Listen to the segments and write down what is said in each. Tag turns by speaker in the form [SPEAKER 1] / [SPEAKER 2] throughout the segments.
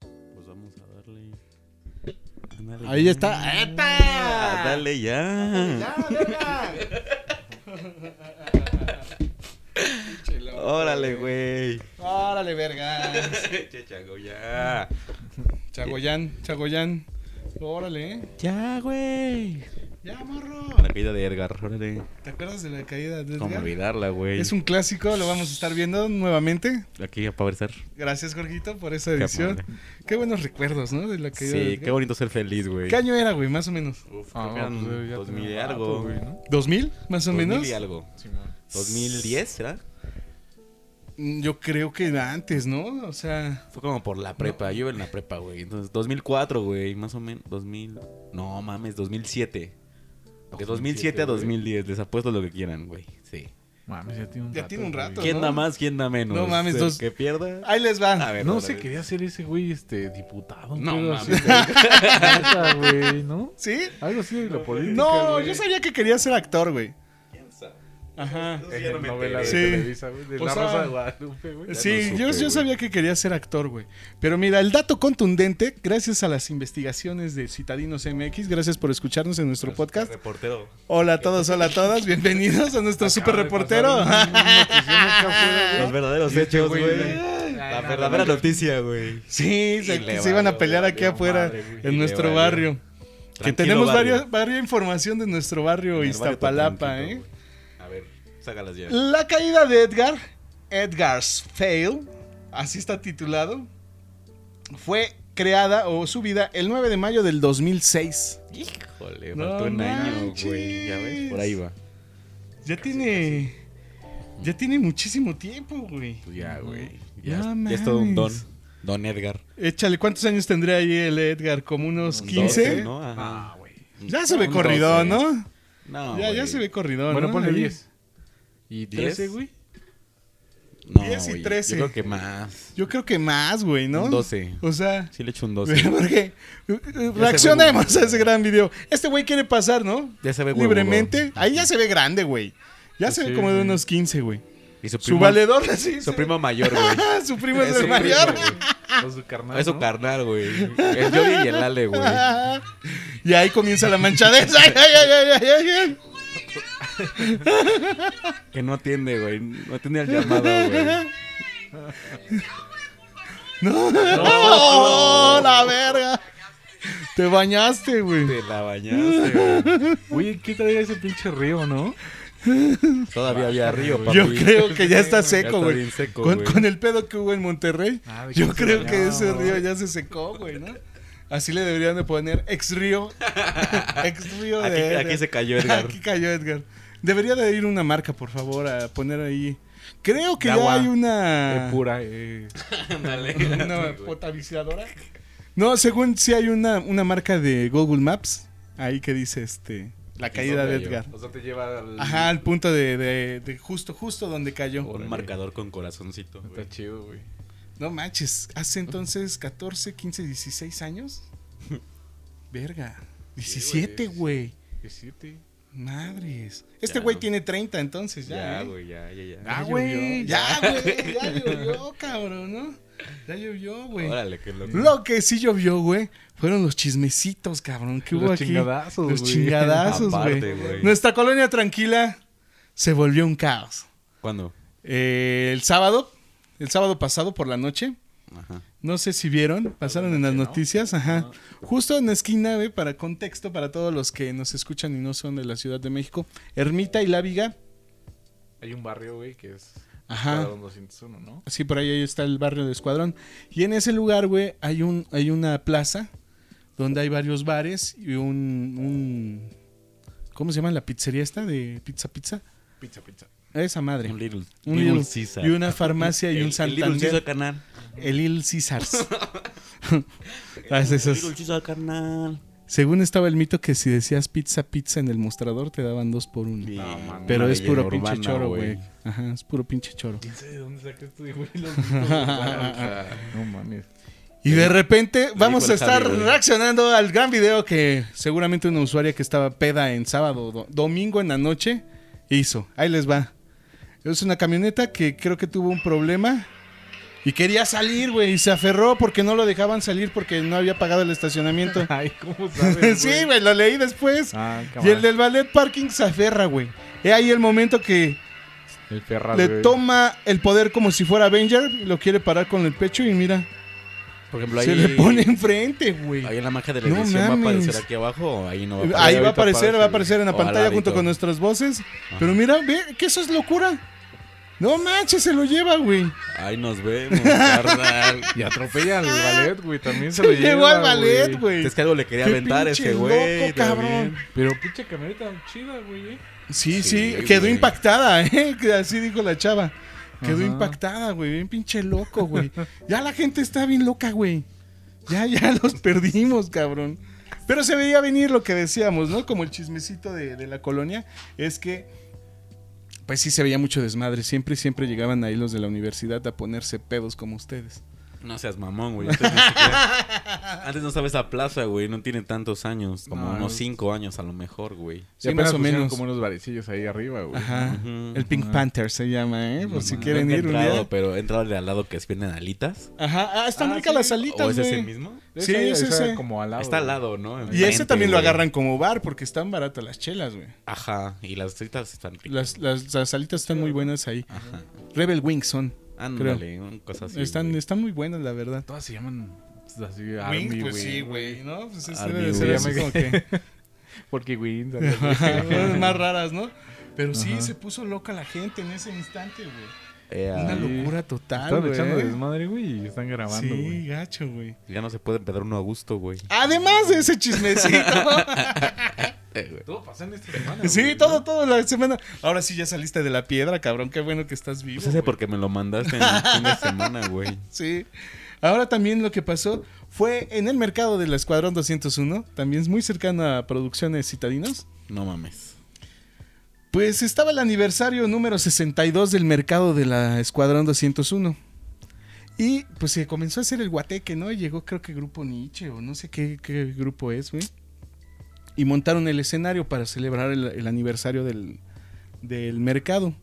[SPEAKER 1] Pues vamos a darle. Ándale
[SPEAKER 2] Pues Ahí
[SPEAKER 1] ya.
[SPEAKER 2] está.
[SPEAKER 1] Ah,
[SPEAKER 2] ¡Eta!
[SPEAKER 1] dale ya. Órale, güey.
[SPEAKER 2] Órale, verga.
[SPEAKER 1] Che, Chago, ya.
[SPEAKER 2] Chagoyán, Chagoyán. Órale, eh.
[SPEAKER 1] Ya, güey.
[SPEAKER 2] Ya, morro.
[SPEAKER 1] La vida de Edgar, órale.
[SPEAKER 2] ¿Te acuerdas de la caída de
[SPEAKER 1] Cómo
[SPEAKER 2] Edgar?
[SPEAKER 1] olvidarla, güey.
[SPEAKER 2] Es un clásico, lo vamos a estar viendo nuevamente.
[SPEAKER 1] Aquí a aparecer.
[SPEAKER 2] Gracias, Jorgito, por esa edición.
[SPEAKER 1] amable.
[SPEAKER 2] Qué, buenos recuerdos, ¿no? De la caída de
[SPEAKER 1] Sí,
[SPEAKER 2] Edgar.
[SPEAKER 1] qué bonito ser feliz, güey.
[SPEAKER 2] ¿Qué año era, güey? Más o menos.
[SPEAKER 1] Uf,
[SPEAKER 3] Ah,
[SPEAKER 1] creo que eran
[SPEAKER 3] pues, debe ya
[SPEAKER 1] 2000 y
[SPEAKER 3] tener rato,
[SPEAKER 1] algo.
[SPEAKER 3] güey, ¿no?
[SPEAKER 2] ¿2000? Más o
[SPEAKER 1] 2000
[SPEAKER 2] menos.
[SPEAKER 1] y algo.
[SPEAKER 3] Simón.
[SPEAKER 1] 2010, ¿será?
[SPEAKER 2] Mm, Yo creo que era antes, ¿no? O sea,
[SPEAKER 1] Fue como por la prepa. Yo iba en la prepa, güey. Entonces, 2004, güey. Más o menos. 2000. No mames, 2007. De 2007 a 2010. Les apuesto lo que quieran, güey. Sí.
[SPEAKER 3] Mames, ya tiene un
[SPEAKER 2] Ya
[SPEAKER 3] rato,
[SPEAKER 2] tiene un
[SPEAKER 3] güey.
[SPEAKER 2] rato.
[SPEAKER 1] ¿Quién
[SPEAKER 2] ¿no?
[SPEAKER 1] da más? ¿Quién da menos?
[SPEAKER 2] No mames,
[SPEAKER 1] El
[SPEAKER 2] dos-
[SPEAKER 1] Que pierda.
[SPEAKER 2] ahí les
[SPEAKER 1] A
[SPEAKER 2] va.
[SPEAKER 1] ver,
[SPEAKER 3] No
[SPEAKER 1] otra
[SPEAKER 3] se
[SPEAKER 1] vez.
[SPEAKER 3] quería hacer ese güey, este,
[SPEAKER 1] No
[SPEAKER 3] diputado. pero
[SPEAKER 1] mames.
[SPEAKER 3] así de- neta, güey, ¿no?
[SPEAKER 2] ¿Sí?
[SPEAKER 3] Algo así de la política.
[SPEAKER 2] No,
[SPEAKER 3] güey.
[SPEAKER 2] yo sabía que quería ser actor, güey.
[SPEAKER 1] ¿Quién sabe?
[SPEAKER 2] Ajá.
[SPEAKER 1] Eso sí ya no
[SPEAKER 3] En
[SPEAKER 1] me
[SPEAKER 3] novela
[SPEAKER 1] enteré.
[SPEAKER 3] de
[SPEAKER 2] Sí.
[SPEAKER 3] Televisa, güey, de
[SPEAKER 2] O
[SPEAKER 3] la
[SPEAKER 2] sea,
[SPEAKER 3] Rosa de Guadalupe, güey.
[SPEAKER 2] Sí,
[SPEAKER 1] no
[SPEAKER 2] yo,
[SPEAKER 1] supe,
[SPEAKER 2] yo
[SPEAKER 1] güey.
[SPEAKER 2] sabía que quería ser actor, güey. Pero mira, el dato contundente, gracias a las investigaciones de Citadinos MX, gracias por escucharnos en nuestro podcast.
[SPEAKER 1] Reportero.
[SPEAKER 2] Hola a todos, hola a todas, bienvenidos a nuestro super reportero. Ah.
[SPEAKER 1] Los verdaderos
[SPEAKER 3] Y este
[SPEAKER 1] hechos,
[SPEAKER 3] güey,
[SPEAKER 1] güey.
[SPEAKER 3] güey.
[SPEAKER 1] La verdadera noticia, güey.
[SPEAKER 2] Sí,
[SPEAKER 1] Y
[SPEAKER 2] se,
[SPEAKER 1] le
[SPEAKER 2] se iban a
[SPEAKER 1] valió,
[SPEAKER 2] pelear
[SPEAKER 1] le
[SPEAKER 2] aquí
[SPEAKER 1] valió
[SPEAKER 2] afuera
[SPEAKER 1] madre, güey. Y
[SPEAKER 2] en
[SPEAKER 1] le
[SPEAKER 2] nuestro
[SPEAKER 1] valió.
[SPEAKER 2] barrio. Que
[SPEAKER 1] Tranquilo,
[SPEAKER 2] tenemos
[SPEAKER 1] barrio.
[SPEAKER 2] varias, varias información de nuestro barrio
[SPEAKER 1] En el barrio
[SPEAKER 2] Iztapalapa,
[SPEAKER 1] tranquilo,
[SPEAKER 2] ¿eh?
[SPEAKER 1] güey. A ver, sácalas ya.
[SPEAKER 2] La caída de Edgar, Edgar's Fail, así está titulado, fue creada o subida el 9 de mayo del 2006.
[SPEAKER 1] Híjole,
[SPEAKER 2] No
[SPEAKER 1] faltó un año, güey.
[SPEAKER 2] manches.
[SPEAKER 1] Ya ves, por ahí va.
[SPEAKER 2] Ya tiene. Ya tiene muchísimo tiempo, güey.
[SPEAKER 1] Pues ya, güey.
[SPEAKER 2] No
[SPEAKER 1] Ya, ya es todo un don.
[SPEAKER 2] mames.
[SPEAKER 1] Don Edgar.
[SPEAKER 2] Échale, ¿cuántos años tendría ahí el Edgar? ¿Como unos
[SPEAKER 1] Un
[SPEAKER 2] 15?
[SPEAKER 1] 12, ¿no? Ajá.
[SPEAKER 3] Ah, güey.
[SPEAKER 2] Ya se ve
[SPEAKER 1] Un
[SPEAKER 2] corrido,
[SPEAKER 1] 12.
[SPEAKER 2] ¿no?
[SPEAKER 1] No,
[SPEAKER 2] ya, ya
[SPEAKER 1] güey.
[SPEAKER 2] se ve corrido,
[SPEAKER 3] Bueno,
[SPEAKER 2] ¿no?
[SPEAKER 3] ponle
[SPEAKER 2] Ahí.
[SPEAKER 3] 10. ¿Y
[SPEAKER 1] 10?
[SPEAKER 3] 13, güey?
[SPEAKER 1] No,
[SPEAKER 2] 10 y
[SPEAKER 1] güey,
[SPEAKER 2] 13.
[SPEAKER 1] Yo creo que más.
[SPEAKER 2] Yo creo que más, güey, ¿no?
[SPEAKER 1] Un 12.
[SPEAKER 2] O sea,
[SPEAKER 1] Sí le echo un 12.
[SPEAKER 2] porque reaccionemos a ese gran video. Este güey quiere pasar, ¿no?
[SPEAKER 1] Ya se ve huevudo.
[SPEAKER 2] Libremente. Ahí ya se ve grande, güey. Ya se
[SPEAKER 3] Sí,
[SPEAKER 2] ve como de
[SPEAKER 3] güey.
[SPEAKER 2] unos 15, güey.
[SPEAKER 1] Y su
[SPEAKER 2] Su
[SPEAKER 1] primo,
[SPEAKER 2] valedor, sí.
[SPEAKER 1] su
[SPEAKER 2] se-
[SPEAKER 1] primo mayor, güey.
[SPEAKER 2] su primo es
[SPEAKER 1] Es
[SPEAKER 2] el
[SPEAKER 1] su
[SPEAKER 2] mayor.
[SPEAKER 1] primo,
[SPEAKER 3] O su
[SPEAKER 2] Ah,
[SPEAKER 3] carnal,
[SPEAKER 1] Es su
[SPEAKER 3] ¿no?
[SPEAKER 1] carnal, güey. El Johnny y el Ale, güey.
[SPEAKER 2] Y ahí comienza la manchadez. Ay, ay, ay, ay, ay, ay, ay.
[SPEAKER 1] Que no atiende, güey. No atiende al llamado, güey.
[SPEAKER 2] No. Oh, la verga. Te bañaste, güey.
[SPEAKER 1] Te la bañaste, güey.
[SPEAKER 3] Güey, ¿qué traía ese pinche río, no?
[SPEAKER 1] Todavía había río, papi.
[SPEAKER 2] Yo creo que ya está
[SPEAKER 1] Ya
[SPEAKER 2] seco,
[SPEAKER 1] está
[SPEAKER 2] güey.
[SPEAKER 1] bien seco,
[SPEAKER 2] Con,
[SPEAKER 1] güey.
[SPEAKER 2] con el pedo que hubo en Monterrey,
[SPEAKER 3] Ah, de que
[SPEAKER 2] yo
[SPEAKER 3] se
[SPEAKER 2] creo que
[SPEAKER 3] bañaba,
[SPEAKER 2] ese río
[SPEAKER 3] güey.
[SPEAKER 2] ya se secó, güey, ¿no? Así le deberían de poner ex río. Ex río de
[SPEAKER 1] Aquí,
[SPEAKER 2] Edgar.
[SPEAKER 1] aquí se cayó Edgar.
[SPEAKER 2] Aquí cayó Edgar. Debería de ir una marca, por favor, a poner ahí. Creo que
[SPEAKER 1] De
[SPEAKER 2] ya
[SPEAKER 1] agua.
[SPEAKER 2] hay una.
[SPEAKER 1] Ah.
[SPEAKER 3] Eh, pura, eh.
[SPEAKER 1] Ándale.
[SPEAKER 2] una
[SPEAKER 1] Sí, güey.
[SPEAKER 2] potabilizadora. No, según sí hay una, una marca de Google Maps ahí que dice este la
[SPEAKER 1] Aquí
[SPEAKER 2] caída de
[SPEAKER 1] donde yo.
[SPEAKER 2] Edgar.
[SPEAKER 3] O sea, te lleva al...
[SPEAKER 2] Ajá, al punto de, de- de justo, justo donde cayó.
[SPEAKER 1] Un marcador con corazoncito, güey.
[SPEAKER 3] Está chido, güey.
[SPEAKER 2] No manches, hace entonces 14, 15, 16 años. Verga. 17, güey.
[SPEAKER 3] 17.
[SPEAKER 2] Madres. Este
[SPEAKER 1] Ya,
[SPEAKER 2] güey
[SPEAKER 1] no.
[SPEAKER 2] tiene 30 entonces ya.
[SPEAKER 1] Ya,
[SPEAKER 2] ¿eh?
[SPEAKER 1] güey, ya, ya, ya.
[SPEAKER 2] Ah,
[SPEAKER 3] Ya
[SPEAKER 2] güey.
[SPEAKER 3] llovió.
[SPEAKER 2] Ya, güey. Ya llovió, cabrón, ¿no? Ya llovió, güey.
[SPEAKER 1] Órale, qué loco.
[SPEAKER 2] Lo que sí llovió, güey, fueron los chismecitos, cabrón. ¿Qué hubo
[SPEAKER 3] Los
[SPEAKER 2] aquí?
[SPEAKER 3] chingadazos,
[SPEAKER 2] Los
[SPEAKER 3] güey.
[SPEAKER 2] chingadazos,
[SPEAKER 1] Aparte,
[SPEAKER 2] güey.
[SPEAKER 1] güey.
[SPEAKER 2] Nuestra colonia tranquila se volvió un caos.
[SPEAKER 1] ¿Cuándo?
[SPEAKER 2] Eh, el sábado, el sábado pasado por la noche,
[SPEAKER 1] Ajá.
[SPEAKER 2] no sé si vieron, pasaron en las
[SPEAKER 3] ¿no?
[SPEAKER 2] noticias, ajá. Justo en la esquina, güey, para contexto, para todos los que nos escuchan y no son de la Ciudad de México, Ermita y La Viga,
[SPEAKER 3] Hay un barrio, güey, que es...
[SPEAKER 2] Ajá.
[SPEAKER 3] Escuadrón 201, ¿no?
[SPEAKER 2] Sí, por ahí, ahí está el barrio de Escuadrón. Y en ese lugar, güey, hay, un, hay una plaza donde hay varios bares y un, un- ¿Cómo se llama la pizzería esta de pizza pizza?
[SPEAKER 3] Pizza, pizza.
[SPEAKER 2] Esa madre.
[SPEAKER 1] Un Little,
[SPEAKER 2] Un
[SPEAKER 1] Little
[SPEAKER 2] Little-
[SPEAKER 1] Caesar.
[SPEAKER 2] Y una farmacia y
[SPEAKER 1] El-
[SPEAKER 2] un
[SPEAKER 1] El Little Caesar
[SPEAKER 2] Santander.
[SPEAKER 1] canal.
[SPEAKER 2] El Little Caesars. Ah, es
[SPEAKER 1] El
[SPEAKER 2] esos.
[SPEAKER 1] Little Caesar canal.
[SPEAKER 2] Según estaba el mito que si decías pizza pizza en el mostrador te daban dos por uno.
[SPEAKER 1] No, man,
[SPEAKER 2] Pero
[SPEAKER 1] una
[SPEAKER 2] es puro
[SPEAKER 1] leyenda
[SPEAKER 2] pinche
[SPEAKER 1] urbana,
[SPEAKER 2] choro, güey. Ajá, es puro pinche choro.
[SPEAKER 3] ¿Quién sabe de dónde este sacaste, güey? Los mitos, güey? no mames.
[SPEAKER 2] Y de repente vamos
[SPEAKER 1] dijo
[SPEAKER 2] a
[SPEAKER 1] el
[SPEAKER 2] estar
[SPEAKER 1] Javi, güey.
[SPEAKER 2] reaccionando al gran video que seguramente una usuaria que estaba peda en sábado, do- domingo en la noche, hizo. Ahí les va. Es una camioneta que creo que tuvo un problema Y quería salir, güey, y se aferró porque no lo dejaban salir porque no había pagado el estacionamiento.
[SPEAKER 3] Ay, ¿cómo sabes?
[SPEAKER 2] sí, güey, lo leí después.
[SPEAKER 3] Ah,
[SPEAKER 2] y el
[SPEAKER 3] cámara.
[SPEAKER 2] del ballet parking se aferra, güey. He ahí el momento que
[SPEAKER 3] El Ferraz,
[SPEAKER 2] le
[SPEAKER 3] güey.
[SPEAKER 2] toma el poder como si fuera Avenger, lo quiere parar con el pecho y mira,
[SPEAKER 1] Por ejemplo, ahí.
[SPEAKER 2] se le pone enfrente, güey.
[SPEAKER 1] Ahí en la magia de la
[SPEAKER 2] No
[SPEAKER 1] edición va a aparecer
[SPEAKER 2] mames.
[SPEAKER 1] aquí abajo o ahí no va a aparecer.
[SPEAKER 2] Ahí va a
[SPEAKER 3] ahorita
[SPEAKER 2] aparecer,
[SPEAKER 3] aparece,
[SPEAKER 2] va a aparecer en la
[SPEAKER 1] güey. O al
[SPEAKER 2] pantalla junto
[SPEAKER 1] ladito.
[SPEAKER 2] con nuestras voces. Pero mira, ve que eso es locura. No manches, se lo lleva, güey.
[SPEAKER 1] Ahí nos vemos, carnal.
[SPEAKER 3] Y atropella al ballet, güey. También Ah.
[SPEAKER 2] Se
[SPEAKER 3] se, lo
[SPEAKER 2] llevó
[SPEAKER 3] lleva,
[SPEAKER 2] al ballet, güey.
[SPEAKER 1] Es que algo le quería
[SPEAKER 2] Qué
[SPEAKER 1] aventar a
[SPEAKER 2] pinche
[SPEAKER 1] ese güey.
[SPEAKER 2] loco, cabrón.
[SPEAKER 1] también.
[SPEAKER 3] Pero pinche camioneta chida, güey. eh.
[SPEAKER 2] Sí, sí,
[SPEAKER 1] Sí,
[SPEAKER 2] quedó
[SPEAKER 1] güey.
[SPEAKER 2] impactada, ¿eh? Que Así dijo la chava. Quedó
[SPEAKER 3] Ajá.
[SPEAKER 2] impactada, güey. Bien pinche loco, güey. Ya la gente está bien loca, güey. Ya, ya los perdimos, cabrón. Pero se veía venir lo que decíamos, ¿no? Como el chismecito de, de la colonia. Es que, pues sí se veía mucho desmadre. Siempre, siempre llegaban ahí los de la universidad a ponerse pedos como ustedes.
[SPEAKER 1] No seas mamón, güey. Antes, ni siquiera- antes no estaba esa plaza, güey. No tiene tantos años. Como
[SPEAKER 3] No,
[SPEAKER 1] unos
[SPEAKER 3] es-
[SPEAKER 1] cinco años a lo mejor, güey.
[SPEAKER 2] Sí,
[SPEAKER 3] Y apenas
[SPEAKER 2] más o
[SPEAKER 3] pusieron
[SPEAKER 2] menos.
[SPEAKER 3] como unos barecillos ahí arriba, güey.
[SPEAKER 2] Ajá.
[SPEAKER 1] Ujú.
[SPEAKER 2] El Pink Panther se llama, ¿eh? Por si quieren
[SPEAKER 1] Nunca he
[SPEAKER 2] ir un
[SPEAKER 1] entrado,
[SPEAKER 2] día.
[SPEAKER 1] pero he entrado al de al lado que es venden alitas.
[SPEAKER 2] Ajá. Ah, están
[SPEAKER 3] Ah,
[SPEAKER 2] ricas
[SPEAKER 3] sí.
[SPEAKER 2] las
[SPEAKER 1] ¿O
[SPEAKER 2] alitas,
[SPEAKER 1] es ese
[SPEAKER 2] güey.
[SPEAKER 1] mismo?
[SPEAKER 2] Sí,
[SPEAKER 3] Esa-
[SPEAKER 2] sí,
[SPEAKER 3] esa
[SPEAKER 2] sí.
[SPEAKER 3] Como al lado.
[SPEAKER 1] Está al
[SPEAKER 3] güey.
[SPEAKER 1] lado, ¿no?
[SPEAKER 2] Y ese
[SPEAKER 1] Enfrente,
[SPEAKER 2] también lo
[SPEAKER 1] güey.
[SPEAKER 2] agarran como bar porque están baratas las chelas, güey.
[SPEAKER 1] Ajá. Y las alitas están ricas.
[SPEAKER 2] Las, las, las alitas están muy buenas ahí.
[SPEAKER 1] Ajá.
[SPEAKER 2] Rebel Wings son.
[SPEAKER 1] Ándale, una cosa así.
[SPEAKER 2] están,
[SPEAKER 1] güey.
[SPEAKER 2] están muy buenas, la verdad.
[SPEAKER 3] Todas se llaman pues, así Army, güey.
[SPEAKER 2] güey. No, pues es,
[SPEAKER 1] Army
[SPEAKER 2] debe de ser
[SPEAKER 1] Wings.
[SPEAKER 2] así como que.
[SPEAKER 3] Porque Wins.
[SPEAKER 2] Ajá, más raras, ¿no? Pero sí
[SPEAKER 3] Ajá.
[SPEAKER 2] se puso loca la gente en ese instante, güey.
[SPEAKER 1] Eh,
[SPEAKER 2] Una
[SPEAKER 1] ah,
[SPEAKER 2] locura total,
[SPEAKER 3] Están
[SPEAKER 2] güey. ¿eh?
[SPEAKER 3] echando desmadre, güey, y están grabando,
[SPEAKER 2] sí,
[SPEAKER 3] güey.
[SPEAKER 2] gacho, güey.
[SPEAKER 1] Ya no se puede empezar uno a gusto, güey.
[SPEAKER 2] Además de ese chismecito.
[SPEAKER 3] Todo pasó en esta semana,
[SPEAKER 2] sí, todo, todo la semana. Ahora sí ya saliste de la piedra, cabrón. Qué bueno que estás vivo.
[SPEAKER 1] Pues ese
[SPEAKER 2] güey.
[SPEAKER 1] porque me lo mandaste en el fin de semana, güey.
[SPEAKER 2] Sí. Ahora también lo que pasó fue en el mercado del Escuadrón 201, también es muy cercano a Producciones Citadinos.
[SPEAKER 1] No mames.
[SPEAKER 2] Pues estaba el aniversario número 62 del mercado de la Escuadrón 201. Y pues se comenzó a hacer el guateque, ¿no? Y llegó creo que Grupo Nietzsche o no sé qué, qué grupo es, güey. Y montaron el escenario para celebrar el, el aniversario del, del mercado.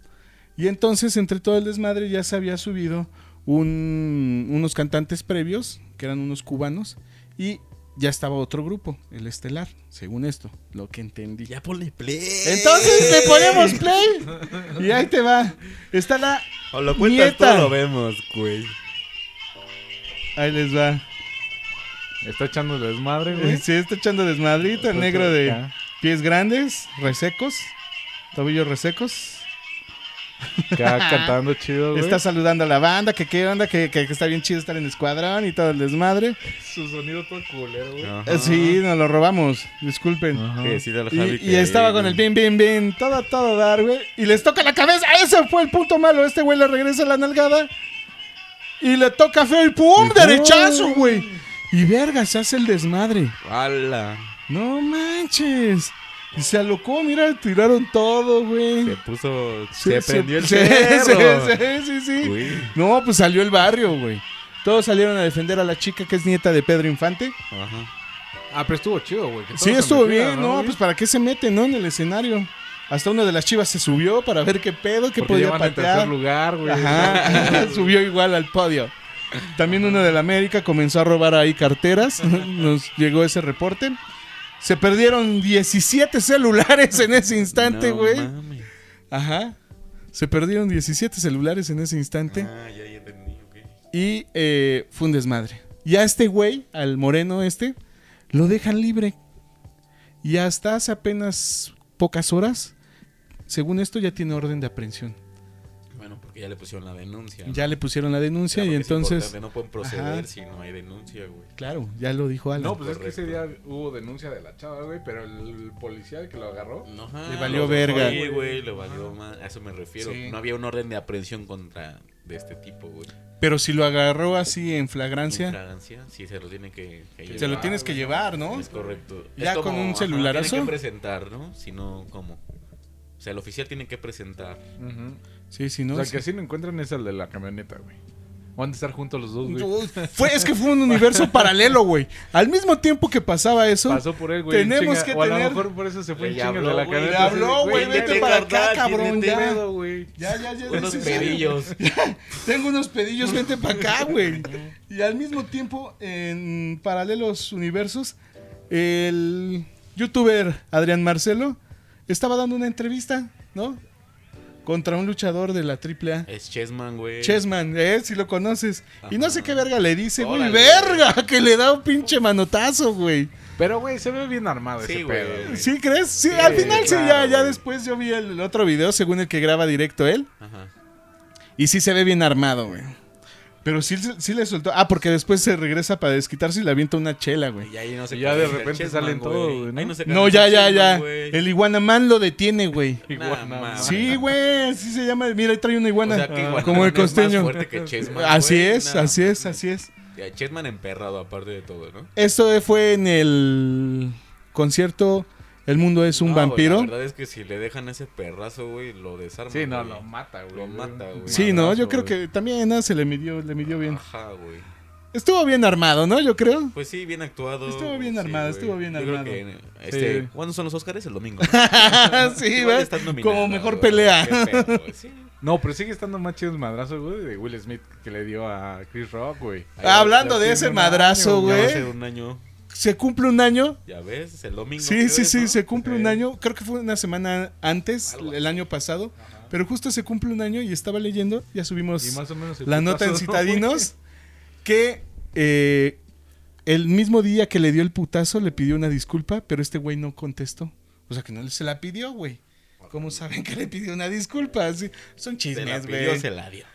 [SPEAKER 2] Y entonces, entre todo el desmadre, ya se había subido un- unos cantantes previos, que eran unos cubanos, y ya estaba otro grupo, el Estelar, según esto, lo que entendí.
[SPEAKER 1] Ya ponle play.
[SPEAKER 2] Entonces te ponemos play. Y ahí te va. Está la.
[SPEAKER 1] O lo cuentas
[SPEAKER 2] Nieta.
[SPEAKER 1] tú o lo vemos, güey.
[SPEAKER 2] Ahí les va.
[SPEAKER 3] Está echando desmadre, güey.
[SPEAKER 2] Eh, Sí, está echando desmadrito. El negro de pies grandes, resecos, tobillos resecos.
[SPEAKER 3] Acá cantando chido, güey.
[SPEAKER 2] Está saludando a la banda. Que qué onda, que, que- que está bien chido estar en escuadrón y todo el desmadre.
[SPEAKER 3] su sonido todo culero, güey.
[SPEAKER 1] Ajá.
[SPEAKER 2] Eh, Sí, nos lo robamos. Disculpen.
[SPEAKER 3] Ajá.
[SPEAKER 1] Que decirle al Javi
[SPEAKER 2] Y, y
[SPEAKER 1] que-
[SPEAKER 2] estaba con el bien, bien, bien, todo, todo dar, güey. Y les toca la cabeza. Ese fue el punto malo. Este güey le regresa la nalgada. Y le toca feo y ¡pum!
[SPEAKER 3] Y ¡pum!
[SPEAKER 2] ¡Derechazo, güey! Y verga, se hace el desmadre.
[SPEAKER 1] ¡Hala!
[SPEAKER 2] No manches. Y se alocó, mira, tiraron todo,
[SPEAKER 1] Se
[SPEAKER 2] güey.
[SPEAKER 1] puso. Se, prendió el
[SPEAKER 2] se-
[SPEAKER 1] cerro.
[SPEAKER 2] se- sí, sí.
[SPEAKER 1] Güey.
[SPEAKER 2] No, pues salió el barrio, güey. Todos salieron a defender a la chica que es nieta de Pedro Infante.
[SPEAKER 1] Ajá.
[SPEAKER 3] Ah, pero estuvo chido, güey. que
[SPEAKER 2] Sí,
[SPEAKER 3] todos se
[SPEAKER 2] estuvo
[SPEAKER 3] metieran,
[SPEAKER 2] bien, ¿no?
[SPEAKER 3] güey?
[SPEAKER 2] Pues para qué se mete, ¿no? En el escenario. Hasta una de las chivas se subió para ver qué pedo, qué
[SPEAKER 3] Porque
[SPEAKER 2] podía
[SPEAKER 3] llevan en tercer
[SPEAKER 2] patear.
[SPEAKER 3] lugar, güey.
[SPEAKER 2] Ajá, subió igual al podio. También uno de la América comenzó a robar ahí carteras. Nos llegó ese reporte. Se perdieron 17 celulares en ese instante,
[SPEAKER 1] No
[SPEAKER 2] güey.
[SPEAKER 1] mames.
[SPEAKER 2] Ajá. Se perdieron 17 celulares en ese instante.
[SPEAKER 1] Ah, ya, ya entendí, ok.
[SPEAKER 2] Y eh, fue un desmadre. Y a este güey, al moreno este, lo dejan libre. Y hasta hace apenas pocas horas, según esto, ya tiene orden de aprehensión.
[SPEAKER 1] Bueno, porque ya le pusieron la denuncia. ¿no?
[SPEAKER 2] Ya le pusieron la
[SPEAKER 1] Ya,
[SPEAKER 2] denuncia y
[SPEAKER 1] porque es
[SPEAKER 2] entonces...
[SPEAKER 1] importante, No pueden proceder
[SPEAKER 2] Ajá.
[SPEAKER 1] si no hay denuncia, güey.
[SPEAKER 2] Claro, ya lo dijo Alan.
[SPEAKER 3] No, pues es que ese día
[SPEAKER 1] Correcto.
[SPEAKER 3] hubo denuncia de la chava, güey, pero el policía que lo agarró.
[SPEAKER 1] No, ajá,
[SPEAKER 2] Le valió
[SPEAKER 1] lo-
[SPEAKER 2] verga.
[SPEAKER 1] Sí, güey, le valió más. A eso me refiero.
[SPEAKER 2] Sí.
[SPEAKER 1] No había un orden de aprehensión contra de este tipo, güey.
[SPEAKER 2] Pero si lo agarró así en flagrancia,
[SPEAKER 1] Fragancia, sí se lo tiene que, que
[SPEAKER 2] se lo tienes que llevar, ¿no?
[SPEAKER 1] Es correcto.
[SPEAKER 2] Ya
[SPEAKER 1] Es
[SPEAKER 2] con un
[SPEAKER 1] ajá,
[SPEAKER 2] celularazo.
[SPEAKER 1] Tiene que presentar, ¿no? Si no, ¿cómo? O sea, el oficial tiene que presentar.
[SPEAKER 3] Ujú.
[SPEAKER 2] Sí, sí, no.
[SPEAKER 3] O sea,
[SPEAKER 2] sí.
[SPEAKER 3] que si no encuentran es el de la camioneta, güey. Van a estar juntos los dos, güey.
[SPEAKER 2] Uy, Fue, es que fue un universo paralelo, güey. Al mismo tiempo que pasaba eso,
[SPEAKER 3] Pasó por él, güey. en
[SPEAKER 2] Tenemos
[SPEAKER 3] chinga.
[SPEAKER 2] que
[SPEAKER 3] o a
[SPEAKER 2] tener-
[SPEAKER 3] lo mejor por eso se fue
[SPEAKER 1] Le
[SPEAKER 3] en chinga de
[SPEAKER 1] habló,
[SPEAKER 3] la
[SPEAKER 1] güey,
[SPEAKER 3] cabeza.
[SPEAKER 1] le
[SPEAKER 3] así de,
[SPEAKER 2] habló, güey, vete para acá,
[SPEAKER 1] carnal,
[SPEAKER 2] cabrón,
[SPEAKER 1] tiene
[SPEAKER 2] ya.
[SPEAKER 1] pedo, güey.
[SPEAKER 2] ya, ya, ya.
[SPEAKER 1] Unos
[SPEAKER 2] necesario.
[SPEAKER 1] pedillos.
[SPEAKER 2] Tengo unos pedillos, vente para acá, güey. Y al mismo tiempo, en paralelos universos, el youtuber Adrián Marcelo estaba dando una entrevista, ¿no? Contra un luchador de la AAA.
[SPEAKER 1] Es Chessman, güey.
[SPEAKER 2] Chessman, ¿eh? Si lo conoces. Y no sé qué verga le dice, güey.
[SPEAKER 1] Órale.
[SPEAKER 2] ¡Verga! Que le da un pinche manotazo, güey.
[SPEAKER 3] Pero, güey, se ve bien armado
[SPEAKER 1] Sí,
[SPEAKER 3] ese
[SPEAKER 1] güey.
[SPEAKER 3] pedo. güey.
[SPEAKER 2] ¿Sí crees? Sí, al final sí, ya,
[SPEAKER 1] claro,
[SPEAKER 2] ya
[SPEAKER 1] güey.
[SPEAKER 2] después yo vi el otro video, según el que graba directo él.
[SPEAKER 1] Ajá.
[SPEAKER 2] Y sí se ve bien armado, güey. Pero sí, sí le soltó. Ah, porque después se regresa para desquitarse y le avienta una chela, güey.
[SPEAKER 1] Y ahí no se
[SPEAKER 3] Y ya
[SPEAKER 1] calienta
[SPEAKER 3] de
[SPEAKER 1] el
[SPEAKER 3] repente
[SPEAKER 1] Chessman,
[SPEAKER 3] salen
[SPEAKER 1] güey.
[SPEAKER 3] todos, güey, ¿no?
[SPEAKER 1] Ahí se
[SPEAKER 2] No,
[SPEAKER 1] calienta
[SPEAKER 2] ya,
[SPEAKER 1] el
[SPEAKER 2] ya,
[SPEAKER 1] Chessman,
[SPEAKER 2] ya.
[SPEAKER 1] güey.
[SPEAKER 2] El iguanamán lo detiene, güey.
[SPEAKER 1] Nah,
[SPEAKER 3] Iguana.
[SPEAKER 1] mames.
[SPEAKER 2] Sí, güey, sí se llama. Mira, ahí trae una
[SPEAKER 1] O
[SPEAKER 2] iguana.
[SPEAKER 1] sea, que igual
[SPEAKER 2] ah, como
[SPEAKER 1] no
[SPEAKER 2] el
[SPEAKER 1] es más
[SPEAKER 2] costeño.
[SPEAKER 1] fuerte que Chessman,
[SPEAKER 2] Así
[SPEAKER 1] güey.
[SPEAKER 2] es,
[SPEAKER 1] Nah,
[SPEAKER 2] así es,
[SPEAKER 1] mames.
[SPEAKER 2] así es.
[SPEAKER 1] Ya, Chessman emperrado, aparte de todo, ¿no?
[SPEAKER 2] Esto fue en el concierto El Mundo es un
[SPEAKER 1] No, güey,
[SPEAKER 2] vampiro.
[SPEAKER 1] la verdad es que si le dejan ese perrazo, güey, lo desarman.
[SPEAKER 3] Sí, no,
[SPEAKER 1] güey.
[SPEAKER 3] lo mata, güey.
[SPEAKER 1] Lo mata, güey.
[SPEAKER 2] sí, ¿no? Yo
[SPEAKER 3] Madrazo,
[SPEAKER 2] creo
[SPEAKER 3] güey.
[SPEAKER 2] que también nada se le midió, le midió bien.
[SPEAKER 1] Ajá, güey.
[SPEAKER 2] Estuvo bien armado, ¿no? Yo creo.
[SPEAKER 1] Pues sí, bien actuado.
[SPEAKER 2] Estuvo bien
[SPEAKER 1] sí,
[SPEAKER 2] armado,
[SPEAKER 1] güey.
[SPEAKER 2] estuvo bien
[SPEAKER 1] Yo creo
[SPEAKER 2] armado.
[SPEAKER 1] que, este,
[SPEAKER 2] Sí.
[SPEAKER 1] ¿Cuándo son los Óscares? El domingo.
[SPEAKER 2] sí,
[SPEAKER 1] Igual
[SPEAKER 2] ¿ves?
[SPEAKER 1] estás nominado,
[SPEAKER 2] Como mejor
[SPEAKER 1] güey.
[SPEAKER 2] pelea.
[SPEAKER 1] Qué pedo, güey. Sí.
[SPEAKER 3] No, pero sigue estando más chido el madrazo, güey, de Will Smith que le dio a Chris Rock, güey.
[SPEAKER 1] Ahí
[SPEAKER 2] Ah, Hablando
[SPEAKER 1] lo-
[SPEAKER 2] de
[SPEAKER 1] lo
[SPEAKER 2] ese
[SPEAKER 1] tiene un
[SPEAKER 2] madrazo,
[SPEAKER 1] año, ya va a
[SPEAKER 2] güey.
[SPEAKER 1] ser un año.
[SPEAKER 2] Se cumple un año.
[SPEAKER 1] Ya ves, el domingo.
[SPEAKER 2] Sí,
[SPEAKER 1] creo
[SPEAKER 2] sí,
[SPEAKER 1] es,
[SPEAKER 2] sí,
[SPEAKER 1] ¿no?
[SPEAKER 2] se cumple un
[SPEAKER 3] Sí.
[SPEAKER 2] año. Creo que fue una semana antes,
[SPEAKER 1] Algo
[SPEAKER 2] el año pasado. Pero justo se cumple un año y estaba leyendo, ya subimos
[SPEAKER 3] Y más o menos el
[SPEAKER 2] la nota en
[SPEAKER 3] putazo, ¿no,
[SPEAKER 2] Citadinos, que eh, el mismo día que le dio el putazo le pidió una disculpa, pero este güey no contestó. O sea que no se la pidió, güey. ¿Cómo saben que le pidió una disculpa? Así- son
[SPEAKER 1] Se la
[SPEAKER 2] chismes,
[SPEAKER 1] pidió,
[SPEAKER 2] güey.
[SPEAKER 1] se la dio.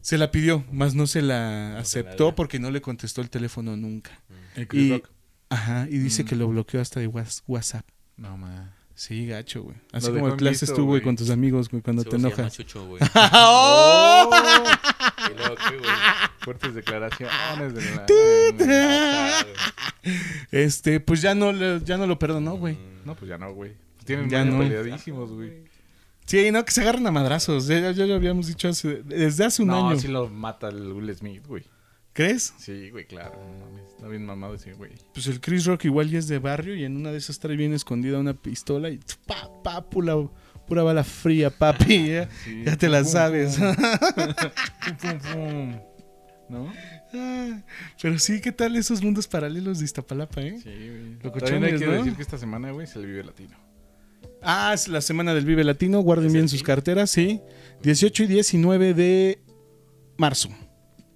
[SPEAKER 2] Se la pidió, más no se la
[SPEAKER 1] se la Mm.
[SPEAKER 2] aceptó
[SPEAKER 1] dio.
[SPEAKER 2] porque no le contestó el teléfono nunca.
[SPEAKER 3] güey? El Chris
[SPEAKER 2] Y,
[SPEAKER 3] Rock.
[SPEAKER 2] ajá, y
[SPEAKER 1] Mm.
[SPEAKER 2] dice que lo bloqueó hasta de Whats- WhatsApp.
[SPEAKER 3] No, man.
[SPEAKER 2] Sí, gacho, güey. Así
[SPEAKER 3] Lo
[SPEAKER 2] como
[SPEAKER 3] dejó
[SPEAKER 2] el
[SPEAKER 3] en
[SPEAKER 2] clases
[SPEAKER 3] visto,
[SPEAKER 2] tú, güey,
[SPEAKER 3] güey.
[SPEAKER 2] con tus amigos, güey, cuando te
[SPEAKER 1] Seguro se llama
[SPEAKER 2] enojas.
[SPEAKER 1] Chucho, güey.
[SPEAKER 2] ¡Oh!
[SPEAKER 1] Y luego, ¿qué, güey?
[SPEAKER 3] Fuertes declaraciones de la...
[SPEAKER 1] Ah, güey.
[SPEAKER 2] Este, pues ya no, le- ya no lo perdonó, güey.
[SPEAKER 3] No, pues ya no, güey. Tienen
[SPEAKER 2] Ya
[SPEAKER 3] ya
[SPEAKER 2] no.
[SPEAKER 3] peleadísimos, güey.
[SPEAKER 2] Sí, no, que se agarran a madrazos. Ya, ya lo habíamos dicho hace- desde hace un
[SPEAKER 3] No,
[SPEAKER 2] año.
[SPEAKER 3] sí lo mata el Will Smith, güey.
[SPEAKER 2] ¿Crees?
[SPEAKER 3] Sí, güey, claro. no mames, Está bien mamado ese güey.
[SPEAKER 2] Pues el Chris Rock igual ya es de barrio y en una de esas trae bien escondida una pistola y pa, pa, pura, pura bala fría, papi. Ya,
[SPEAKER 3] Sí.
[SPEAKER 2] ya te la
[SPEAKER 3] Pum,
[SPEAKER 2] sabes.
[SPEAKER 3] Pum, pum, pum. ¿No?
[SPEAKER 2] Ah, Pero sí, ¿qué tal esos mundos paralelos de Iztapalapa, eh?
[SPEAKER 3] Sí, güey.
[SPEAKER 2] Locochones,
[SPEAKER 3] También hay que
[SPEAKER 2] ¿no?
[SPEAKER 3] decir que esta semana, güey, se le vive latino.
[SPEAKER 2] Ah, es la semana del Vive Latino. Guarden
[SPEAKER 1] ¿Es el
[SPEAKER 2] bien sus
[SPEAKER 1] fin?
[SPEAKER 2] carteras, sí. 18 y 19 de marzo.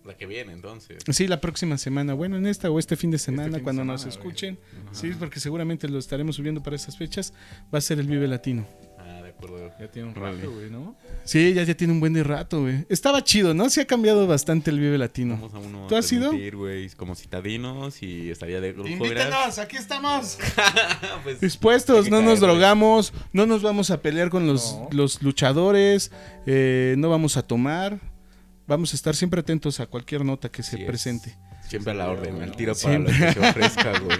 [SPEAKER 1] La que viene, entonces.
[SPEAKER 2] Sí, la próxima semana. Bueno, en esta o este fin de semana,
[SPEAKER 3] fin de
[SPEAKER 2] cuando
[SPEAKER 3] semana,
[SPEAKER 2] nos
[SPEAKER 3] güey.
[SPEAKER 2] escuchen. Sí, porque seguramente lo estaremos subiendo para esas fechas. Va a ser el Vive Latino.
[SPEAKER 1] Ah, de acuerdo.
[SPEAKER 3] Ya tiene un
[SPEAKER 1] Órale.
[SPEAKER 3] rato, güey, ¿no?
[SPEAKER 2] Sí, ya, ya tiene un buen de rato, güey. Estaba chido, ¿no? Sí ha cambiado bastante el Vive Latino.
[SPEAKER 1] Vamos a uno
[SPEAKER 2] ¿Tú has
[SPEAKER 1] transmitir, güey, como citadinos y estaría de grupo
[SPEAKER 2] aquí estamos.
[SPEAKER 1] pues, hay
[SPEAKER 2] Dispuestos,
[SPEAKER 1] que
[SPEAKER 2] no
[SPEAKER 1] caer,
[SPEAKER 2] nos
[SPEAKER 1] güey.
[SPEAKER 2] drogamos, no nos vamos a pelear con los,
[SPEAKER 3] No.
[SPEAKER 2] los luchadores, eh, no vamos a tomar. Vamos a estar siempre atentos a cualquier nota que se
[SPEAKER 1] Así es.
[SPEAKER 2] presente.
[SPEAKER 1] Siempre a la orden, al tiro para
[SPEAKER 2] Siempre.
[SPEAKER 1] lo que se ofrezca, güey.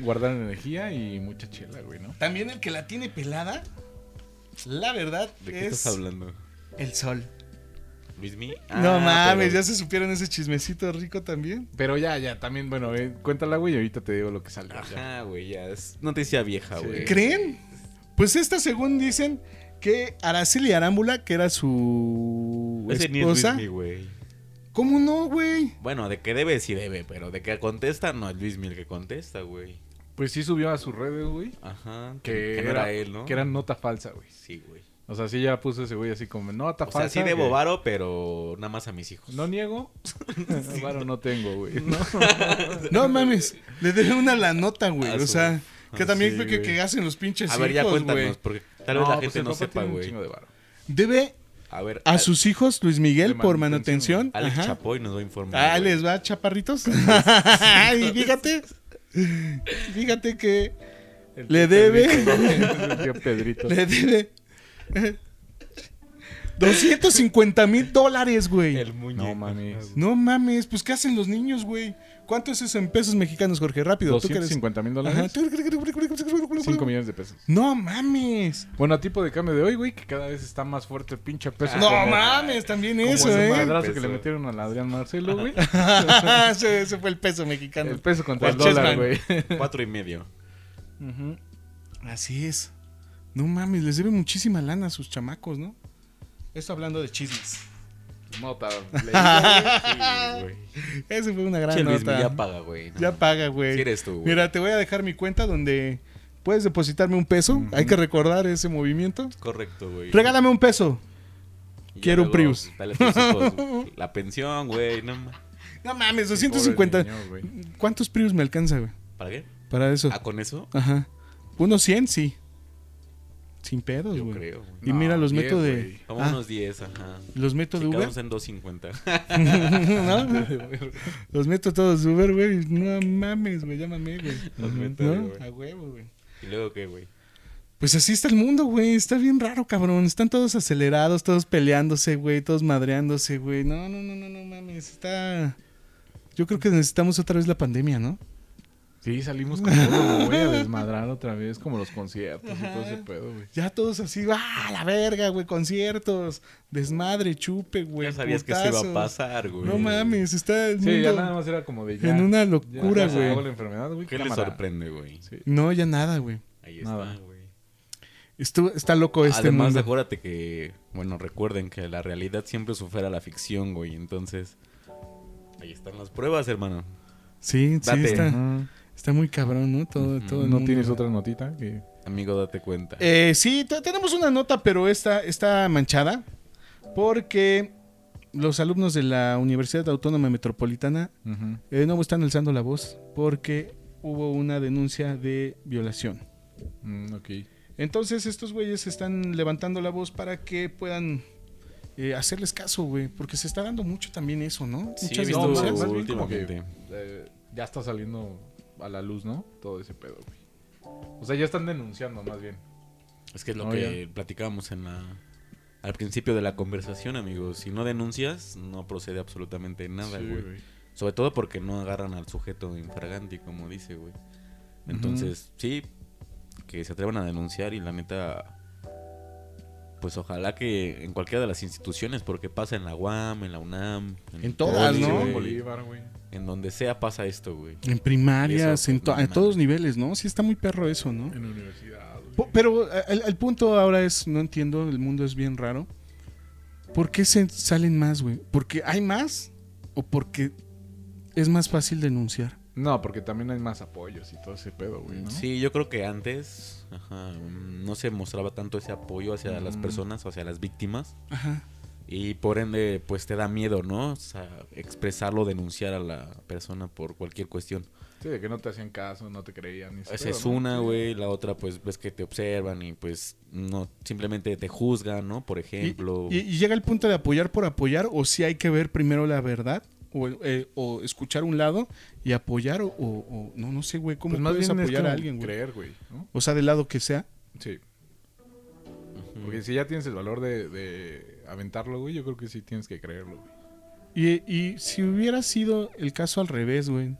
[SPEAKER 3] Guardar energía y mucha chela, güey, ¿no?
[SPEAKER 2] También el que la tiene pelada, la verdad,
[SPEAKER 1] ¿De qué estás hablando?
[SPEAKER 2] el sol.
[SPEAKER 1] ¿Luismi?
[SPEAKER 2] no
[SPEAKER 1] Ah,
[SPEAKER 2] mames,
[SPEAKER 1] pero-
[SPEAKER 2] ya se supieron ese chismecito rico también.
[SPEAKER 3] Pero ya, ya, también, bueno, eh, cuéntala, güey, y ahorita te digo lo que sale. ya.
[SPEAKER 1] Ajá, güey, ya es noticia vieja,
[SPEAKER 3] Sí.
[SPEAKER 1] güey.
[SPEAKER 2] ¿Creen? Pues esta, según dicen, que Araceli Arámbula, que era su
[SPEAKER 1] Ese ni es
[SPEAKER 2] esposa.
[SPEAKER 1] Luismi, güey.
[SPEAKER 2] ¿Cómo no, güey?
[SPEAKER 1] Bueno, de que debe, sí debe, pero de que contesta, no es Luismi el que contesta, güey.
[SPEAKER 3] Pues sí subió a sus redes, güey.
[SPEAKER 1] Ajá, que,
[SPEAKER 3] Que,
[SPEAKER 1] que no era él, ¿no?
[SPEAKER 3] Que era nota falsa, güey.
[SPEAKER 1] Sí, güey.
[SPEAKER 3] O sea, sí ya puso ese güey así como nota
[SPEAKER 1] O sea,
[SPEAKER 3] falsa.
[SPEAKER 1] sí de
[SPEAKER 3] que
[SPEAKER 1] bobaro, pero nada más a mis hijos.
[SPEAKER 3] No niego. Varo no tengo, güey. ¿no?
[SPEAKER 2] No mames, le dejé una la nota, güey.
[SPEAKER 1] Ah,
[SPEAKER 2] O
[SPEAKER 1] su-
[SPEAKER 2] sea, que
[SPEAKER 1] ah,
[SPEAKER 2] también
[SPEAKER 3] sí,
[SPEAKER 2] fue que,
[SPEAKER 3] güey.
[SPEAKER 2] que hacen los pinches
[SPEAKER 1] A ver, ya
[SPEAKER 2] hijos,
[SPEAKER 1] cuéntanos,
[SPEAKER 2] güey.
[SPEAKER 1] porque tal vez la
[SPEAKER 3] pues,
[SPEAKER 1] gente
[SPEAKER 3] el
[SPEAKER 1] no
[SPEAKER 3] papá
[SPEAKER 1] sepa,
[SPEAKER 3] tiene un
[SPEAKER 1] güey.
[SPEAKER 3] chingo de varo.
[SPEAKER 2] Debe
[SPEAKER 1] A ver,
[SPEAKER 2] a
[SPEAKER 1] Al-
[SPEAKER 2] sus hijos Luis Miguel
[SPEAKER 3] De
[SPEAKER 2] por manutención.
[SPEAKER 3] manutención.
[SPEAKER 1] Alex
[SPEAKER 2] Ajá.
[SPEAKER 1] Chapoy nos va a informar.
[SPEAKER 2] Ah,
[SPEAKER 1] güey.
[SPEAKER 2] les va, chaparritos. y fíjate, fíjate que
[SPEAKER 3] El
[SPEAKER 2] Le
[SPEAKER 3] tío
[SPEAKER 2] debe.
[SPEAKER 3] Pedrito, ¿no? El tío Pedrito.
[SPEAKER 2] le debe 250 mil dólares, güey.
[SPEAKER 4] El muñeco.
[SPEAKER 3] No mames.
[SPEAKER 2] No mames, pues ¿qué hacen los niños, güey? ¿Cuánto es eso en pesos mexicanos, Jorge? Rápido, tú que eres-
[SPEAKER 3] 250 mil
[SPEAKER 2] Ajá.
[SPEAKER 3] dólares. 5 millones de pesos.
[SPEAKER 2] No mames.
[SPEAKER 3] Bueno, a tipo de cambio de hoy, güey, que cada vez está más fuerte el pinche peso.
[SPEAKER 2] Ah, No
[SPEAKER 3] como-
[SPEAKER 2] mames, también
[SPEAKER 3] como
[SPEAKER 2] eso,
[SPEAKER 3] ese
[SPEAKER 2] ¿eh?
[SPEAKER 3] madrazo que
[SPEAKER 4] Peso.
[SPEAKER 3] le metieron al Adrián Marcelo, güey.
[SPEAKER 2] ese, ese fue el peso mexicano.
[SPEAKER 3] El peso contra el
[SPEAKER 2] Chessman.
[SPEAKER 3] dólar, güey.
[SPEAKER 1] Cuatro y medio.
[SPEAKER 3] Ujú.
[SPEAKER 2] Así es. No mames, les debe muchísima lana a sus chamacos, ¿no? Esto hablando de chismes.
[SPEAKER 4] Nota.
[SPEAKER 3] Ah.
[SPEAKER 4] leída, güey. Sí, güey.
[SPEAKER 2] Esa fue una gran
[SPEAKER 1] Che, Luis,
[SPEAKER 2] nota.
[SPEAKER 1] ya paga, güey. No,
[SPEAKER 2] Ya paga, güey.
[SPEAKER 1] Si eres tú, güey.
[SPEAKER 2] Mira, te voy a dejar mi cuenta donde puedes depositarme un peso. Hay que recordar ese movimiento.
[SPEAKER 1] Correcto, güey.
[SPEAKER 2] Regálame un peso.
[SPEAKER 1] Y ya
[SPEAKER 2] quiero un
[SPEAKER 1] luego,
[SPEAKER 2] Prius.
[SPEAKER 1] Dale a tus hijos la pensión, güey. No, ma-
[SPEAKER 2] No mames,
[SPEAKER 3] Pobre
[SPEAKER 2] 250.
[SPEAKER 3] niño, güey.
[SPEAKER 2] ¿Cuántos Prius me alcanza, güey?
[SPEAKER 1] ¿Para qué?
[SPEAKER 2] Para eso.
[SPEAKER 1] Ah, con eso.
[SPEAKER 2] Ajá. Unos 100, sí. Sin pedos,
[SPEAKER 1] Yo
[SPEAKER 2] Pues, güey.
[SPEAKER 1] creo. güey.
[SPEAKER 2] Y
[SPEAKER 4] No,
[SPEAKER 2] mira, los
[SPEAKER 4] 10,
[SPEAKER 2] meto de.
[SPEAKER 4] güey.
[SPEAKER 1] Como
[SPEAKER 2] Ah,
[SPEAKER 1] unos 10, ajá.
[SPEAKER 2] los meto de Uber.
[SPEAKER 1] Quedamos en 250.
[SPEAKER 2] ¿No? Los meto todos de Uber, güey. No mames, güey. Llámame, güey.
[SPEAKER 1] Los meto de
[SPEAKER 2] ¿No?
[SPEAKER 1] Uber.
[SPEAKER 2] A huevo, güey.
[SPEAKER 1] ¿Y luego qué, güey?
[SPEAKER 2] Pues así está el mundo, güey. Está bien raro, cabrón. Están todos acelerados, todos peleándose, güey. Todos madreándose, güey. No, no, no, no, no mames. Está. Yo creo que necesitamos otra vez la pandemia, ¿no?
[SPEAKER 3] Sí, salimos con todo, güey, a desmadrar otra vez, como los conciertos y todo ese pedo, güey.
[SPEAKER 2] Ya todos así, ¡ah, la verga, güey! Conciertos, desmadre, chupe, güey.
[SPEAKER 1] Ya sabías que esto
[SPEAKER 2] putazos.
[SPEAKER 1] iba a pasar, güey.
[SPEAKER 2] No mames, está el
[SPEAKER 3] Sí, ya
[SPEAKER 2] mundo
[SPEAKER 3] nada más era como de ya.
[SPEAKER 2] en una
[SPEAKER 3] ya,
[SPEAKER 2] locura,
[SPEAKER 3] ya se acabó
[SPEAKER 2] güey.
[SPEAKER 3] la enfermedad, güey.
[SPEAKER 1] ¿Qué le
[SPEAKER 3] cámara.
[SPEAKER 1] sorprende, güey?
[SPEAKER 3] Sí.
[SPEAKER 2] No, ya nada, güey.
[SPEAKER 1] Ahí
[SPEAKER 3] Nada.
[SPEAKER 1] está, güey.
[SPEAKER 2] Estuvo- Está loco este
[SPEAKER 1] Además,
[SPEAKER 2] mundo.
[SPEAKER 1] acuérdate que, bueno, recuerden que la realidad siempre supera la ficción, güey. Entonces, ahí están las pruebas, hermano.
[SPEAKER 2] Sí, sí,
[SPEAKER 1] Date.
[SPEAKER 2] está,
[SPEAKER 3] Ujú.
[SPEAKER 2] está muy cabrón, ¿no? Todo, todo el
[SPEAKER 3] ¿No
[SPEAKER 2] mundo.
[SPEAKER 3] tienes otra notita? que-
[SPEAKER 1] Amigo, date cuenta.
[SPEAKER 2] Eh, sí, te- tenemos una nota, pero esta está manchada porque los alumnos de la Universidad Autónoma Metropolitana
[SPEAKER 3] Ujú.
[SPEAKER 2] eh, no están alzando la voz porque hubo una denuncia de violación.
[SPEAKER 3] Mm, ok.
[SPEAKER 2] Entonces estos güeyes están levantando la voz para que puedan eh, hacerles caso, güey, porque se está dando mucho también eso, ¿no?
[SPEAKER 1] Sí,
[SPEAKER 2] Muchas
[SPEAKER 1] he visto
[SPEAKER 2] denuncias.
[SPEAKER 3] más bien como que-
[SPEAKER 1] últimamente.
[SPEAKER 3] Eh, ya está saliendo a la luz, ¿no? Todo ese pedo, güey. O sea, ya están denunciando, más bien.
[SPEAKER 1] Es que es lo
[SPEAKER 2] Oh,
[SPEAKER 3] No,
[SPEAKER 1] que platicábamos en la al principio de la conversación, amigos. Si no denuncias, no procede absolutamente nada,
[SPEAKER 3] Sí,
[SPEAKER 1] güey. Sobre todo porque no agarran al sujeto infraganti, como dice, güey. Entonces, sí, que se atrevan a denunciar y la neta, pues ojalá que en cualquiera de las instituciones, porque pasa en la UAM, en la UNAM,
[SPEAKER 2] En todas,
[SPEAKER 1] Poli,
[SPEAKER 2] ¿no?
[SPEAKER 1] güey.
[SPEAKER 3] En Bolívar, güey.
[SPEAKER 1] En donde sea pasa esto, güey.
[SPEAKER 2] En primarias,
[SPEAKER 1] Eso,
[SPEAKER 2] en, to-
[SPEAKER 1] no
[SPEAKER 2] en
[SPEAKER 1] mames.
[SPEAKER 2] todos niveles, ¿no? Sí está muy perro eso, ¿no?
[SPEAKER 3] En universidad, güey.
[SPEAKER 2] Po- Pero eh, el, el punto ahora es, no entiendo, el mundo es bien raro. ¿Por qué se salen más, güey? ¿Porque hay más? ¿O porque es más fácil denunciar?
[SPEAKER 3] No, porque también hay más apoyos y todo ese pedo, güey, ¿no?
[SPEAKER 1] pues, Sí, yo creo que antes ajá, no se mostraba tanto ese apoyo hacia las
[SPEAKER 3] Mm.
[SPEAKER 1] personas, hacia las víctimas.
[SPEAKER 2] Ajá.
[SPEAKER 1] Y por ende, pues te da miedo, ¿no? O sea, expresarlo, denunciar a la persona por cualquier cuestión.
[SPEAKER 3] Sí, de que no te hacían caso, no te creían. y ese
[SPEAKER 1] Esa
[SPEAKER 3] pedo,
[SPEAKER 1] es
[SPEAKER 3] ¿no?
[SPEAKER 1] una, güey. La otra, pues ves que te observan y pues no, simplemente te juzgan, ¿no? Por
[SPEAKER 2] Y,
[SPEAKER 1] ejemplo.
[SPEAKER 2] y- y llega el punto de apoyar por apoyar, o si hay que ver primero la verdad, o, eh, o escuchar un lado y apoyar, o, o- o- no, no sé, güey, cómo
[SPEAKER 3] Pues más
[SPEAKER 2] puedes
[SPEAKER 3] bien es
[SPEAKER 2] apoyar a
[SPEAKER 3] como
[SPEAKER 2] alguien, güey.
[SPEAKER 3] creer, güey, ¿no?
[SPEAKER 2] O sea, del lado que sea.
[SPEAKER 3] Sí.
[SPEAKER 1] Ujú.
[SPEAKER 3] Porque si ya tienes el valor de, de aventarlo, güey, yo creo que sí tienes que creerlo, güey.
[SPEAKER 2] Y, y si hubiera sido el caso al revés, güey,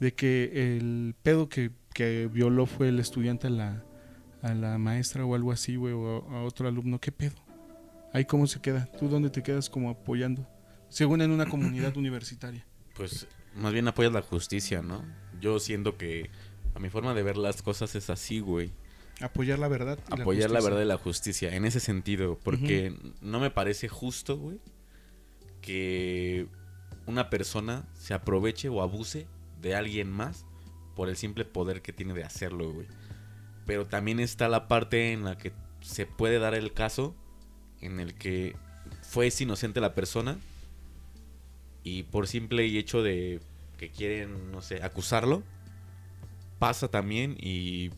[SPEAKER 2] de que el pedo que, que violó fue el estudiante a la, a la maestra o algo así, güey, o a, a otro alumno, ¿qué pedo? Ahí cómo se queda, tú dónde te quedas como apoyando, según en una comunidad universitaria.
[SPEAKER 1] Pues más bien apoyas la justicia, ¿no? Yo siento que a mi forma de ver las cosas es así, güey.
[SPEAKER 2] Apoyar la verdad. y
[SPEAKER 1] apoyar la,
[SPEAKER 2] justicia.
[SPEAKER 1] verdad y la justicia en ese sentido, porque no me parece justo, güey, que una persona se aproveche o abuse de alguien más por el simple poder que tiene de hacerlo, güey. Pero también está la parte en la que se puede dar el caso en el que fue es inocente la persona y por simple y hecho de que quieren, no sé, acusarlo, pasa también y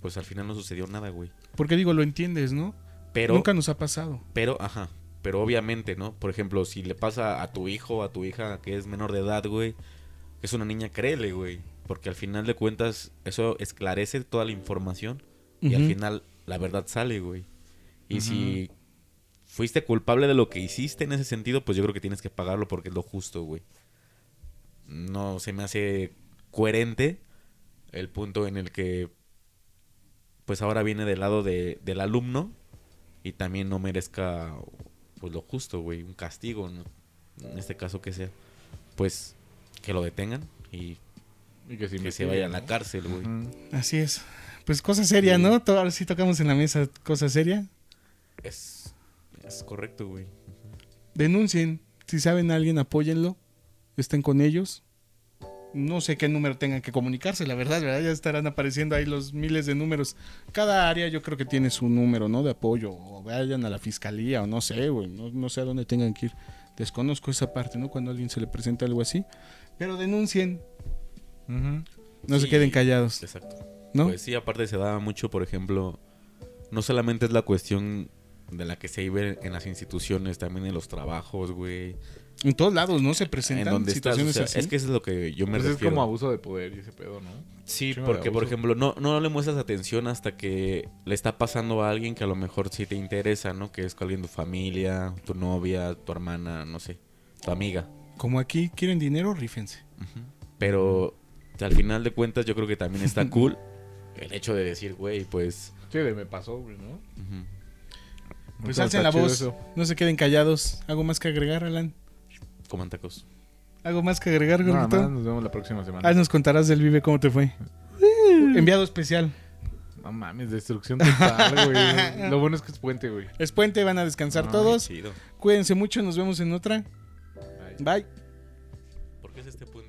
[SPEAKER 1] pues al final no sucedió nada, güey.
[SPEAKER 2] Porque digo, lo entiendes, ¿no?
[SPEAKER 1] Pero,
[SPEAKER 2] Nunca nos ha pasado.
[SPEAKER 1] pero, ajá. Pero obviamente, ¿no? Por ejemplo, si le pasa a tu hijo, a tu hija que es menor de edad, güey, que es una niña, créele, güey. Porque al final de cuentas, eso esclarece toda la información y al
[SPEAKER 2] Ujú.
[SPEAKER 1] final la verdad sale, güey. Y si fuiste culpable de lo que hiciste en ese sentido, pues yo creo que tienes que pagarlo porque es lo justo, güey. No se me hace coherente el punto en el que, pues ahora viene del lado de- del alumno y también no merezca, pues lo justo, güey, un castigo, ¿no? en este caso que sea, pues que lo detengan y
[SPEAKER 3] Y que,
[SPEAKER 1] que se vaya a la
[SPEAKER 3] cara.
[SPEAKER 1] cárcel, güey.
[SPEAKER 2] Así es. Pues cosa seria, ¿no? To- Ahora sí tocamos en la mesa cosa seria.
[SPEAKER 1] Es, es correcto, güey.
[SPEAKER 2] Denuncien. Si saben a alguien, apóyenlo. Estén con ellos. No sé qué número tengan que comunicarse, la verdad, ¿verdad? Ya estarán apareciendo ahí los miles de números. Cada área yo creo que tiene su número, ¿no? De apoyo. O vayan a la fiscalía, o no sé, güey. No, no sé a dónde tengan que ir. Desconozco esa parte, ¿no? Cuando a alguien se le presenta algo así. Pero denuncien. No se
[SPEAKER 1] Sí.
[SPEAKER 2] queden callados,
[SPEAKER 1] Exacto.
[SPEAKER 2] ¿no?
[SPEAKER 1] Pues sí, aparte se da mucho, por ejemplo, no solamente es la cuestión de la que se vive en las instituciones, también en los trabajos, güey.
[SPEAKER 2] Pues en todos lados, ¿no? Se
[SPEAKER 1] En
[SPEAKER 2] presentan
[SPEAKER 1] donde estás, o
[SPEAKER 2] situaciones
[SPEAKER 1] sea,
[SPEAKER 2] así.
[SPEAKER 1] es que eso es lo que yo me
[SPEAKER 3] Pues es
[SPEAKER 1] refiero.
[SPEAKER 3] como abuso de poder y ese pedo, ¿no?
[SPEAKER 1] Sí,
[SPEAKER 3] Chingo de
[SPEAKER 1] porque por
[SPEAKER 3] abuso.
[SPEAKER 1] ejemplo, no, no le muestras atención hasta que le está pasando a alguien que a lo mejor sí te interesa, ¿no? Que es con alguien de tu familia, tu novia, tu hermana, no sé, tu amiga.
[SPEAKER 2] Como aquí quieren dinero, rífense.
[SPEAKER 1] Pero al final de cuentas yo creo que también está cool el hecho de decir, güey, pues...
[SPEAKER 3] Sí, de me pasó, güey, ¿no?
[SPEAKER 1] ujú.
[SPEAKER 2] Pues
[SPEAKER 3] Entonces,
[SPEAKER 2] alcen la
[SPEAKER 3] está chido
[SPEAKER 2] voz.
[SPEAKER 3] eso.
[SPEAKER 2] No se queden callados. ¿Algo más que agregar, Alan?
[SPEAKER 1] Coman tacos.
[SPEAKER 2] ¿Algo más que agregar,
[SPEAKER 3] Nada más,
[SPEAKER 2] gordito?
[SPEAKER 3] nos vemos la próxima semana.
[SPEAKER 2] Ah, nos contarás del Vive cómo te fue.
[SPEAKER 3] Uh.
[SPEAKER 2] Enviado especial.
[SPEAKER 3] No mames, destrucción total, güey. Lo bueno es que es puente, güey.
[SPEAKER 2] Es puente, van a descansar
[SPEAKER 3] Ay,
[SPEAKER 2] todos.
[SPEAKER 1] Chido.
[SPEAKER 2] Cuídense mucho, nos vemos en otra.
[SPEAKER 3] Ay.
[SPEAKER 2] Bye.
[SPEAKER 1] ¿Por qué es este puente?